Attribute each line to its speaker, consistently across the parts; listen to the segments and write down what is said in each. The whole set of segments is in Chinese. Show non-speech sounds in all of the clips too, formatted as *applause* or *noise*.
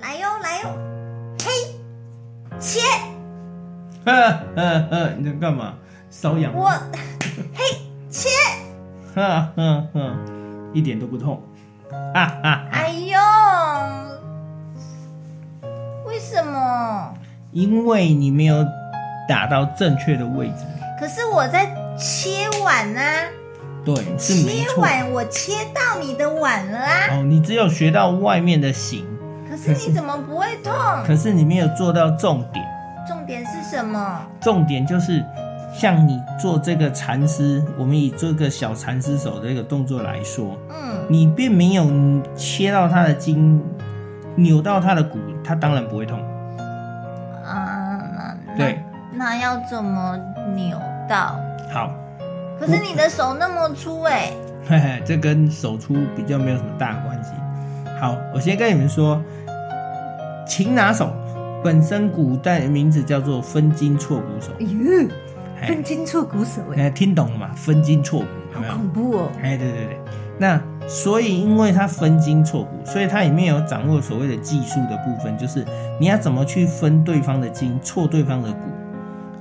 Speaker 1: 来哟来哟，嘿，切
Speaker 2: 呵呵呵， *laughs* 你在干嘛？瘙痒？ *laughs*
Speaker 1: 我，嘿切，
Speaker 2: 哈哈哈，一点都不痛。啊哈哈，
Speaker 1: 哎呦，为什么？
Speaker 2: 因为你没有打到正确的位置。
Speaker 1: 可是我在切碗啊，
Speaker 2: 对，是没
Speaker 1: 切
Speaker 2: 错。
Speaker 1: 碗我切到你的碗了啊，
Speaker 2: 哦，你只有学到外面的形，
Speaker 1: 可是你怎么不会
Speaker 2: *laughs*
Speaker 1: 痛？
Speaker 2: 可是你没有做到重点。
Speaker 1: 重点是什么？
Speaker 2: 重点就是，像你做这个禅师，我们以做个小禅师手的这个动作来说，
Speaker 1: 嗯，
Speaker 2: 你并没有切到他的筋，扭到他的骨，他当然不会痛。
Speaker 1: 啊，那那
Speaker 2: 对，
Speaker 1: 那要怎么扭到？
Speaker 2: 好，
Speaker 1: 可是你的手那么粗哎、
Speaker 2: 嘿嘿， *laughs* 这跟手粗比较没有什么大关系。好，我先跟你们说，擒拿手本身古代的名字叫做分筋错骨手，
Speaker 3: 哎呦，
Speaker 2: 哎
Speaker 3: 分，筋错骨手哎，
Speaker 2: 哎听懂了吗？分筋错骨，有没有
Speaker 3: 好？恐怖哦！
Speaker 2: 哎，对对对，那所以因为它分筋错骨，所以它里面有掌握所谓的技术的部分，就是你要怎么去分对方的筋，错对方的骨。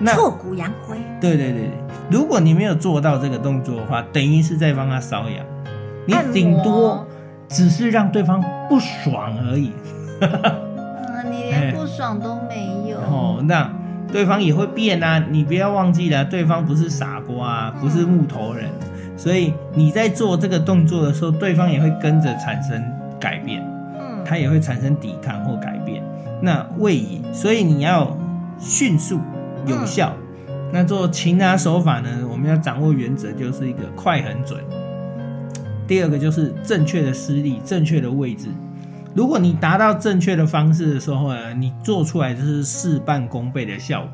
Speaker 2: 那
Speaker 3: 挫骨扬灰，
Speaker 2: 对对对对，如果你没有做到这个动作的话，等于是在帮他瘙痒，你
Speaker 1: 按摩
Speaker 2: 顶多只是让对方不爽而已。
Speaker 1: 啊，你连不爽都没有。
Speaker 2: 哎哦，那对方也会变啊，你不要忘记了，对方不是傻瓜、啊，
Speaker 1: 嗯
Speaker 2: 不是木头人，所以你在做这个动作的时候，对方也会跟着产生改变。
Speaker 1: 嗯，
Speaker 2: 它也会产生抵抗或改变。那位移，所以你要迅速有效。那做擒拿手法呢，我们要掌握原则，就是一个快、很准。第二个就是正确的施力，正确的位置。如果你达到正确的方式的时候呢，你做出来就是事半功倍的效果。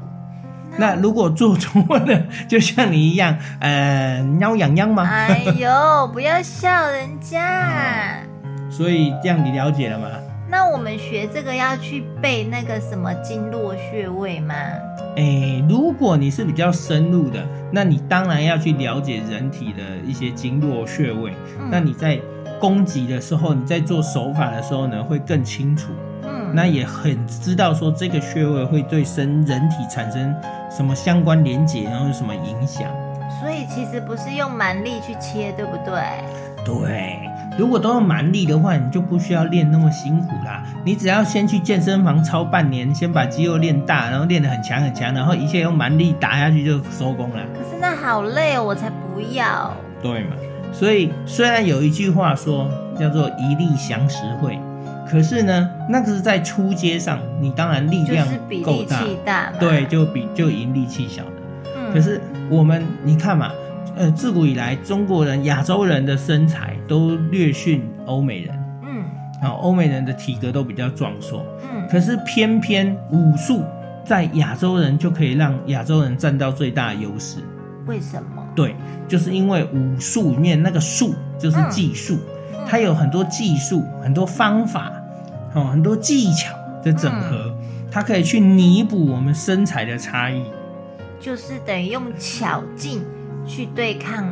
Speaker 2: 那如果做错了，就像你一样，呃，挠痒 *laughs* 痒吗？
Speaker 1: 哎呦，不要笑人家。
Speaker 2: 嗯所以这样你了解了吗？
Speaker 1: 那我们学这个要去背那个什么经络穴位吗？
Speaker 2: 诶，如果你是比较深入的，那你当然要去了解人体的一些经络穴位。
Speaker 1: 嗯
Speaker 2: 那你在攻击的时候，你在做手法的时候呢，会更清楚，
Speaker 1: 嗯，
Speaker 2: 那也很知道说这个穴位会对身人体产生什么相关连结，然后有什么影响。
Speaker 1: 所以其实不是用蛮力去切，对不对？
Speaker 2: 对，如果都用蛮力的话，你就不需要练那么辛苦啦。你只要先去健身房操半年，先把肌肉练大，然后练得很强很强，然后一切用蛮力打下去就收工了。
Speaker 1: 可是那好累哦，我才不要。
Speaker 2: 对嘛？所以虽然有一句话说叫做“一力降十会”，可是呢，那个是在初阶上，你当然力
Speaker 1: 就
Speaker 2: 量
Speaker 1: 是比
Speaker 2: 够
Speaker 1: 力
Speaker 2: 大，
Speaker 1: 气大嘛。
Speaker 2: 对，就比就赢力气小的。
Speaker 1: 嗯
Speaker 2: 可是我们你看嘛，呃，自古以来中国人、亚洲人的身材都略逊欧美人，
Speaker 1: 嗯
Speaker 2: 啊，欧美人的体格都比较壮硕，
Speaker 1: 嗯，
Speaker 2: 可是偏偏武术在亚洲人就可以让亚洲人占到最大的优势。
Speaker 1: 为什么？
Speaker 2: 对，就是因为武术里面那个术就是技术，
Speaker 1: 嗯
Speaker 2: 它有很多技术、很多方法、哦，很多技巧的整合，它可以去弥补我们身材的差异。
Speaker 1: 就是等于用巧劲去对抗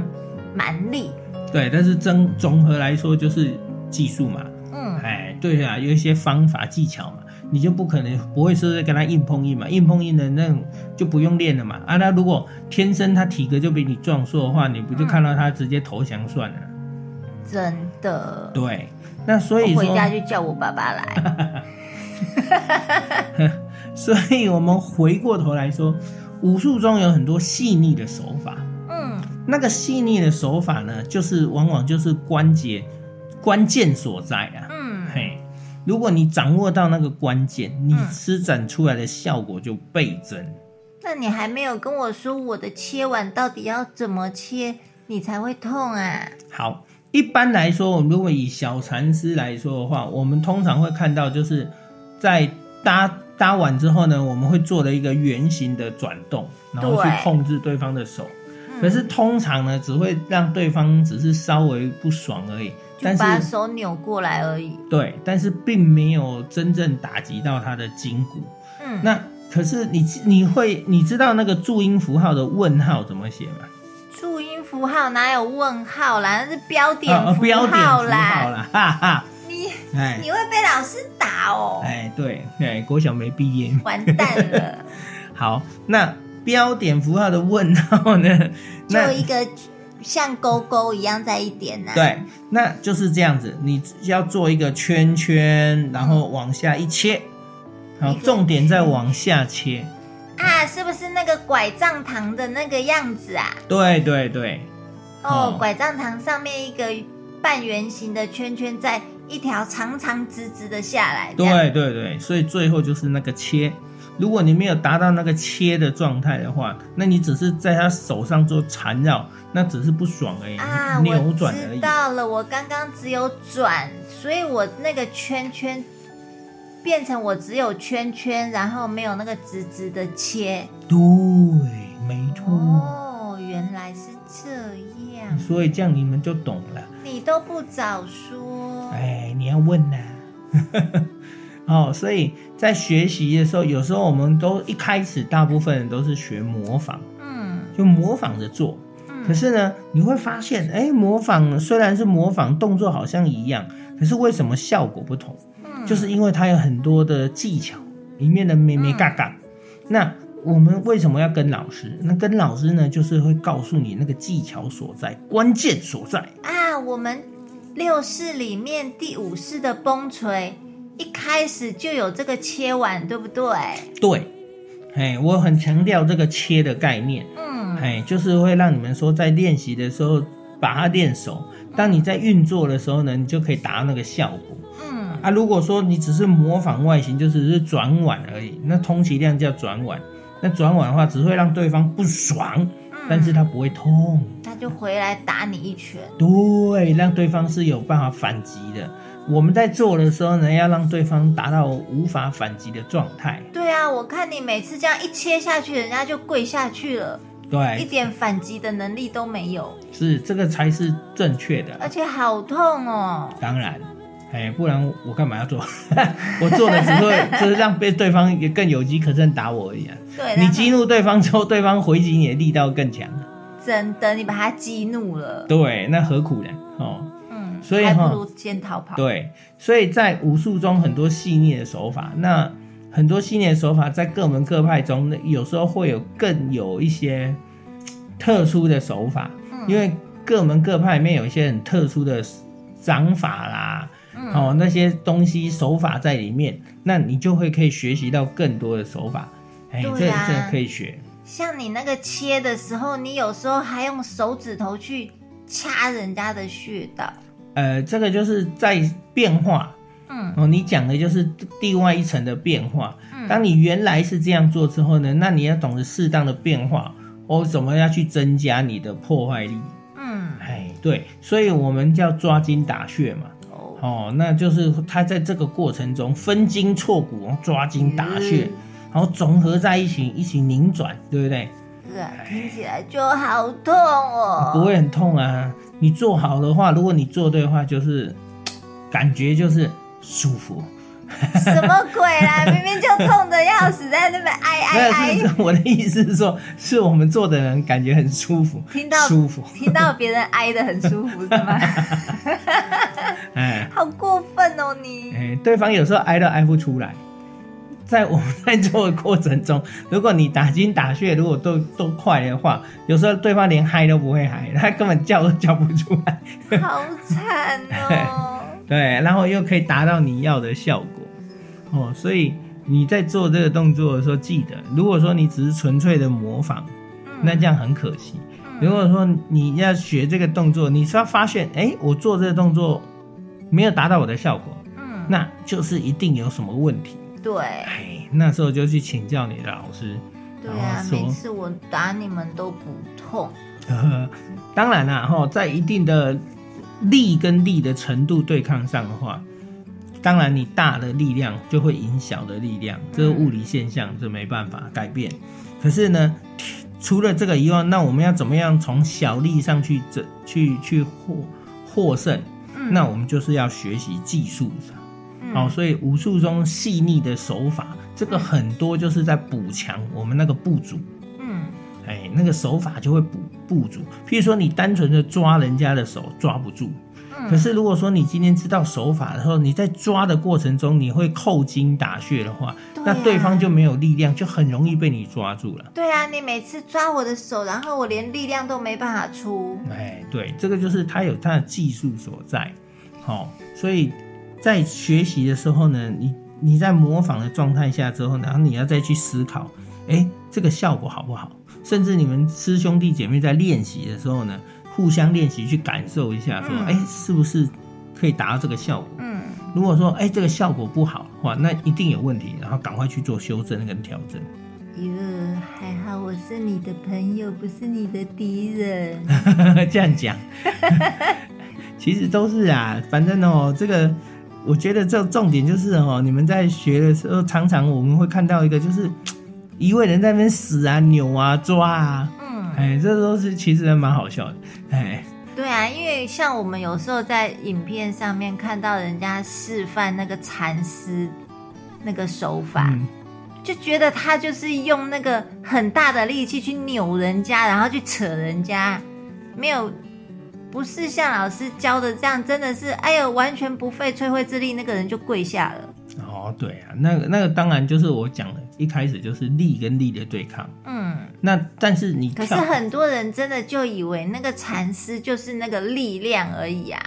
Speaker 1: 蛮力。
Speaker 2: 对，但是综综合来说就是技术嘛，
Speaker 1: 嗯
Speaker 2: 哎，对啊，有一些方法技巧嘛，你就不可能不会说跟他硬碰硬嘛，硬碰硬的那种就不用练了嘛。啊，那如果天生他体格就比你壮硕的话，你不就看到他直接投降算了？
Speaker 1: 真的。哦
Speaker 2: 对，那所以
Speaker 1: 我
Speaker 2: 说
Speaker 1: 回家去叫我爸爸来。
Speaker 2: 所以我们回过头来说，武术中有很多细腻的手法，
Speaker 1: 嗯，
Speaker 2: 那个细腻的手法呢，就是往往就是关节关键所在啊。 *laughs*
Speaker 1: 嗯
Speaker 2: 嘿，如果你掌握到那个关键，你
Speaker 1: 嗯
Speaker 2: 施展出来的效果就倍增。
Speaker 1: 那你还没有跟我说我的切碗到底要怎么切，你才会痛啊？
Speaker 2: 好，一般来说，我们如果以小禅师来说的话，我们通常会看到就是在搭搭完之后呢，我们会做了一个圆形的转动，然后去
Speaker 1: 对
Speaker 2: 控制对方的手。
Speaker 1: 嗯
Speaker 2: 可是通常呢，只会让对方只是稍微不爽而已，
Speaker 1: 就
Speaker 2: 但
Speaker 1: 把
Speaker 2: 是
Speaker 1: 手扭过来而已。
Speaker 2: 对，但是并没有真正打击到他的筋骨。
Speaker 1: 嗯，
Speaker 2: 那可是你你会你知道那个注音符号的问号怎么写吗？
Speaker 1: 注音符号哪有问号啦？那是标点
Speaker 2: 啊，啊
Speaker 1: 符
Speaker 2: 标点符
Speaker 1: 号
Speaker 2: 号
Speaker 1: 啦。
Speaker 2: 啦， *laughs* 哈哈，
Speaker 1: 你
Speaker 2: 哎
Speaker 1: 你会被老师打哦，
Speaker 2: 哎，对，哎，国小没毕业。
Speaker 1: 完蛋了。
Speaker 2: 好，那标点符号的问号呢？ *laughs* 那
Speaker 1: 就一个像勾勾一样在一点呐、啊。，
Speaker 2: 对，那就是这样子，你要做一个圈圈，然后往下一切，好，
Speaker 1: 一个
Speaker 2: 重点在往下切。
Speaker 1: 啊，是不是那个拐杖糖的那个样子啊？
Speaker 2: 对对对，
Speaker 1: 哦
Speaker 2: 哦，
Speaker 1: 拐杖糖上面一个半圆形的圈圈，在一条长长直直的下来。这样，
Speaker 2: 对对对，所以最后就是那个切。如果你没有达到那个切的状态的话，那你只是在他手上做缠绕，那只是不爽而已，
Speaker 1: 啊，
Speaker 2: 扭
Speaker 1: 我
Speaker 2: 转而
Speaker 1: 知
Speaker 2: 已。
Speaker 1: 道了，我刚刚只有转，所以我那个圈圈变成我只有圈圈，然后没有那个直直的切。
Speaker 2: 对，没错。
Speaker 1: 哦，原来是这样，
Speaker 2: 所以这样你们就懂了。
Speaker 1: 你都不早说。
Speaker 2: 哎，你要问呐、 *laughs* 哦，所以在学习的时候，有时候我们都一开始大部分人都是学模仿，
Speaker 1: 嗯
Speaker 2: 就模仿着做。
Speaker 1: 嗯，
Speaker 2: 可是呢，你会发现，哎，模仿虽然是模仿，动作好像一样，可是为什么效果不同？
Speaker 1: 嗯
Speaker 2: 就是因为它有很多的技巧，里面的咩咩嘎嘎。那我们为什么要跟老师？那跟老师呢，就是会告诉你那个技巧所在，关键所在。
Speaker 1: 啊，我们六式里面第五式的崩锤，一开始就有这个切碗，对不对？
Speaker 2: 对，哎，我很强调这个切的概念，
Speaker 1: 嗯，
Speaker 2: 哎，就是会让你们说在练习的时候把它练熟。当你在运作的时候呢，你就可以达到那个效果。
Speaker 1: 嗯，
Speaker 2: 啊，如果说你只是模仿外形，就只是转碗而已，那充其量叫转碗。那转碗的话，只会让对方不爽，
Speaker 1: 嗯
Speaker 2: 但是他不会痛。
Speaker 1: 他就回来打你一拳。
Speaker 2: 对，让对方是有办法反击的。我们在做的时候呢，要让对方达到无法反击的状态。
Speaker 1: 对啊，我看你每次这样一切下去，人家就跪下去了，一
Speaker 2: 对，
Speaker 1: 点反击的能力都没有，
Speaker 2: 是这个才是正确的。
Speaker 1: 而且好痛哦。
Speaker 2: 当然，哎，不然我干嘛要做？ *laughs* 我做的只会就是让被对方也更有机可乘打我而已啊。
Speaker 1: 对，
Speaker 2: 你
Speaker 1: 让他
Speaker 2: 激怒对方之后，对方回击你的力道更强，
Speaker 1: 真的，你把他激怒了，
Speaker 2: 对，那何苦呢？哦，
Speaker 1: 嗯，
Speaker 2: 所以
Speaker 1: 还不
Speaker 2: 哈
Speaker 1: 如先逃跑。
Speaker 2: 对，所以在武术中很多细腻的手法，那很多细腻的手法在各门各派中，那有时候会有更有一些嘖特殊的手法，
Speaker 1: 嗯
Speaker 2: 因为各门各派里面有一些很特殊的掌法啦，
Speaker 1: 嗯
Speaker 2: 哦，那些东西手法在里面，那你就会可以学习到更多的手法。哎、
Speaker 1: 对
Speaker 2: 这
Speaker 1: 啊
Speaker 2: 这可以学。
Speaker 1: 像你那个切的时候，你有时候还用手指头去掐人家的穴道。
Speaker 2: 呃，这个就是在变化
Speaker 1: 嗯
Speaker 2: 哦，你讲的就是另外一层的变化。
Speaker 1: 嗯，
Speaker 2: 当你原来是这样做之后呢，那你要懂得适当的变化哦，怎么样去增加你的破坏力？
Speaker 1: 嗯，
Speaker 2: 哎，对，所以我们叫抓筋打穴嘛。
Speaker 1: 哦，
Speaker 2: 哦，那就是他在这个过程中分筋错骨，哦抓筋打穴，
Speaker 1: 嗯
Speaker 2: 然后综合在一起，一起拧转，对不对？
Speaker 1: 是啊，听起来就好痛哦。
Speaker 2: 不会很痛啊。你做好的话，如果你做对的话，就是嘖感觉就是舒服。
Speaker 1: 什么鬼
Speaker 2: *laughs*
Speaker 1: 啦？明明就痛的要死，在那边哎哎
Speaker 2: 那
Speaker 1: 哎，
Speaker 2: 是 *laughs* 我的意思是说，是我们做的人感觉很舒服，
Speaker 1: 听到
Speaker 2: 舒服，
Speaker 1: 听到别人哀的很舒服是
Speaker 2: *laughs*
Speaker 1: 吗？
Speaker 2: 哎
Speaker 1: 好过分哦
Speaker 2: *laughs*
Speaker 1: 你！
Speaker 2: 哎，对方有时候挨都挨不出来。在我们在做的过程中， *laughs* 如果你打筋打穴，如果都都快的话，有时候对方连嗨都不会嗨，他 *laughs* 根本叫都叫不出来。
Speaker 1: 好惨哦。
Speaker 2: *laughs* 对，然后又可以达到你要的效果。哦，所以你在做这个动作的时候，记得，如果说你只是纯粹的模仿，
Speaker 1: 嗯
Speaker 2: 那这样很可惜。
Speaker 1: 嗯
Speaker 2: 如果说你要学这个动作，你是要发现，哎、我做这个动作没有达到我的效果，
Speaker 1: 嗯，
Speaker 2: 那就是一定有什么问题。
Speaker 1: 对
Speaker 2: 哎，那时候就去请教你的老师。
Speaker 1: 对
Speaker 2: 然
Speaker 1: 啊
Speaker 2: 后，说
Speaker 1: 每次我打你们都不痛，
Speaker 2: 呃，当然啦，哈，在一定的力跟力的程度对抗上的话，当然你大的力量就会引小的力量，这是物理现象，这没办法改变。可是呢，除了这个以外，那我们要怎么样从小力上去这去去获获胜？
Speaker 1: 嗯，
Speaker 2: 那我们就是要学习技术上。
Speaker 1: 嗯
Speaker 2: 哦，所以武术中细腻的手法，这个很多就是在补强我们那个不足。
Speaker 1: 嗯
Speaker 2: 哎，那个手法就会补不足。譬如说，你单纯的抓人家的手抓不住，
Speaker 1: 嗯，
Speaker 2: 可是如果说你今天知道手法然后，你在抓的过程中你会扣筋打穴的话，
Speaker 1: 对
Speaker 2: 那对
Speaker 1: 啊
Speaker 2: 方就没有力量，就很容易被你抓住了。
Speaker 1: 对啊，你每次抓我的手，然后我连力量都没办法出。
Speaker 2: 哎，对，这个就是它有它的技术所在。好、所以在学习的时候呢，你你在模仿的状态下之后，然后你要再去思考，哎，这个效果好不好？甚至你们师兄弟姐妹在练习的时候呢，互相练习去感受一下，说，
Speaker 1: 嗯
Speaker 2: 哎、是不是可以达到这个效果？
Speaker 1: 嗯
Speaker 2: 如果说，哎，这个效果不好的话，那一定有问题，然后赶快去做修正跟调整。
Speaker 1: 哟，还好我是你的朋友，不是你的敌人。
Speaker 2: *laughs* 这样讲，其实都是啊，反正哦，这个我觉得这重点就是哦，你们在学的时候，常常我们会看到一个就是一位人在那边死啊、扭啊、抓啊，
Speaker 1: 嗯，
Speaker 2: 哎，这都是其实还蛮好笑的，哎，
Speaker 1: 对啊，因为像我们有时候在影片上面看到人家示范那个禅师那个手法，
Speaker 2: 嗯，
Speaker 1: 就觉得他就是用那个很大的力气去扭人家，然后去扯人家，没有不是像老师教的这样，真的是哎呦完全不费吹灰之力，那个人就跪下了。
Speaker 2: 哦，对啊，那个那个当然就是我讲的，一开始就是力跟力的对抗，
Speaker 1: 嗯，
Speaker 2: 那但是你
Speaker 1: 可是
Speaker 2: 跳，
Speaker 1: 很多人真的就以为那个禅师就是那个力量而已啊。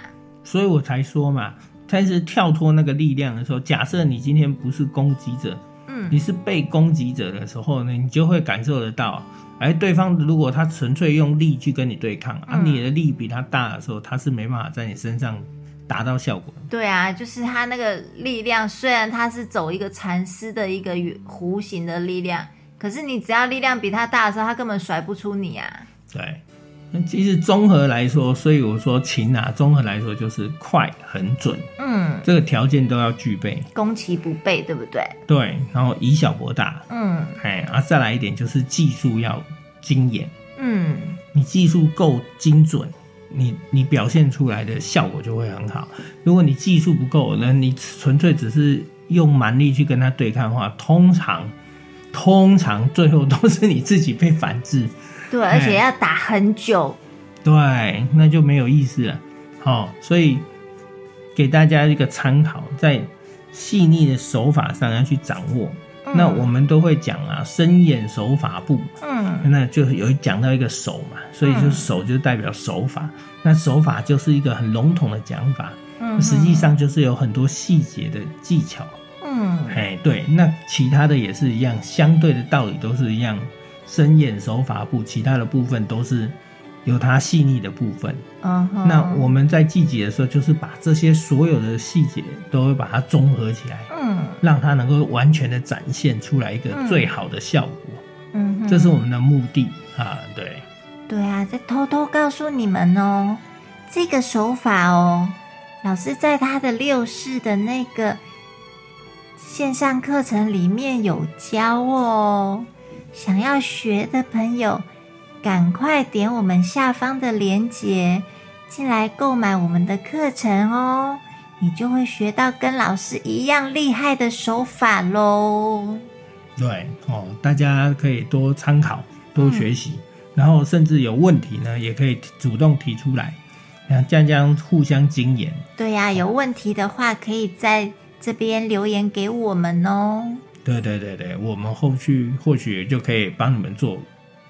Speaker 2: 所以我才说嘛。但是跳脱那个力量的时候，假设你今天不是攻击者，
Speaker 1: 嗯
Speaker 2: 你是被攻击者的时候呢，你就会感受得到，哎，对方如果他纯粹用力去跟你对抗，啊，
Speaker 1: 嗯
Speaker 2: 你的力比他大的时候，他是没办法在你身上达到效果的。
Speaker 1: 对啊，就是他那个力量，虽然他是走一个禅师的一个圆弧形的力量，可是你只要力量比他大的时候，他根本甩不出你啊。
Speaker 2: 对，那其实综合来说，所以我说擒拿综合来说就是快、很准，
Speaker 1: 嗯，
Speaker 2: 这个条件都要具备。
Speaker 1: 攻其不备，对不对？
Speaker 2: 对，然后以小博大，
Speaker 1: 嗯
Speaker 2: 哎，啊，再来一点就是技术要精研，
Speaker 1: 嗯
Speaker 2: 你技术够精准，你你表现出来的效果就会很好。如果你技术不够，那你纯粹只是用蛮力去跟他对抗的话，通常通常最后都是你自己被反制，
Speaker 1: 对，
Speaker 2: 嗯
Speaker 1: 而且要打很久。
Speaker 2: 对，那就没有意思了。好、所以给大家一个参考，在细腻的手法上要去掌握。
Speaker 1: 嗯
Speaker 2: 那我们都会讲啊，深眼手法步，
Speaker 1: 嗯
Speaker 2: 那就有讲到一个手嘛，所以就
Speaker 1: 嗯
Speaker 2: 手就代表手法。那手法就是一个很笼统的讲法，
Speaker 1: 嗯，
Speaker 2: 实际上就是有很多细节的技巧。
Speaker 1: 嗯
Speaker 2: 哎，对，那其他的也是一样，相对的道理都是一样。深眼手法部，其他的部分都是有它细腻的部分。
Speaker 1: 嗯哼，
Speaker 2: 那我们在季节的时候，就是把这些所有的细节都会把它综合起来，
Speaker 1: 嗯
Speaker 2: 让它能够完全的展现出来一个最好的效果。
Speaker 1: 嗯哼，
Speaker 2: 这是我们的目的啊，对。
Speaker 1: 对啊，再偷偷告诉你们哦，这个手法哦，老师在他的六式的那个线上课程里面有教哦。想要学的朋友，赶快点我们下方的链接进来购买我们的课程哦，你就会学到跟老师一样厉害的手法喽。
Speaker 2: 对哦，大家可以多参考、多学习，然后甚至有问题呢，也可以主动提出来，然后这样这样互相精研。
Speaker 1: 对呀、有问题的话可以在这边留言给我们哦。
Speaker 2: 对对对对，我们后续或许就可以帮你们做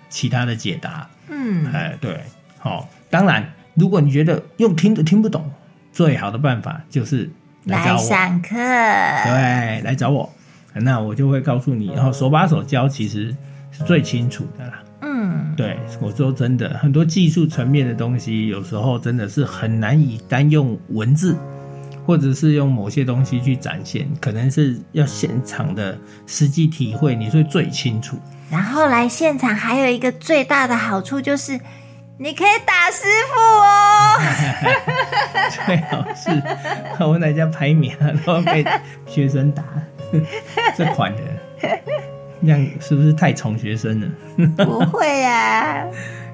Speaker 2: 其他的解答。
Speaker 1: 嗯，
Speaker 2: 哎，对，好、当然，如果你觉得用听的听不懂，最好的办法就是来
Speaker 1: 来
Speaker 2: 找我，嗯
Speaker 1: 上课，
Speaker 2: 对，来找我。那我就会告诉你，然后手把手教其实是最清楚的啦。
Speaker 1: 嗯，
Speaker 2: 对，我说真的，很多技术层面的东西，有时候真的是很难以单用文字，或者是用某些东西去展现，可能是要现场的实际体会，你会最清楚。
Speaker 1: 然后来现场还有一个最大的好处就是，你可以打师傅哦。
Speaker 2: *laughs* 最好是我哪家排名啊，然后被学生打这款的，这样是不是太宠学生了？
Speaker 1: *laughs* 不会呀、啊，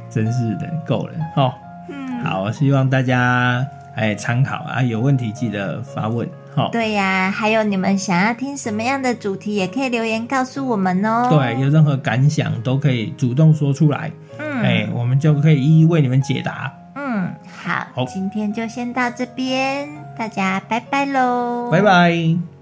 Speaker 2: 真是的，够了哦。
Speaker 1: 嗯，
Speaker 2: 好，希望大家哎参考啊，有问题记得发问。好、
Speaker 1: 对呀、还有你们想要听什么样的主题，也可以留言告诉我们哦。
Speaker 2: 对，，有任何感想都可以主动说出来，
Speaker 1: 嗯，
Speaker 2: 哎、我们就可以一一为你们解答。
Speaker 1: 嗯，好，
Speaker 2: 好
Speaker 1: 今天就先到这边，大家拜拜喽，
Speaker 2: 拜。拜。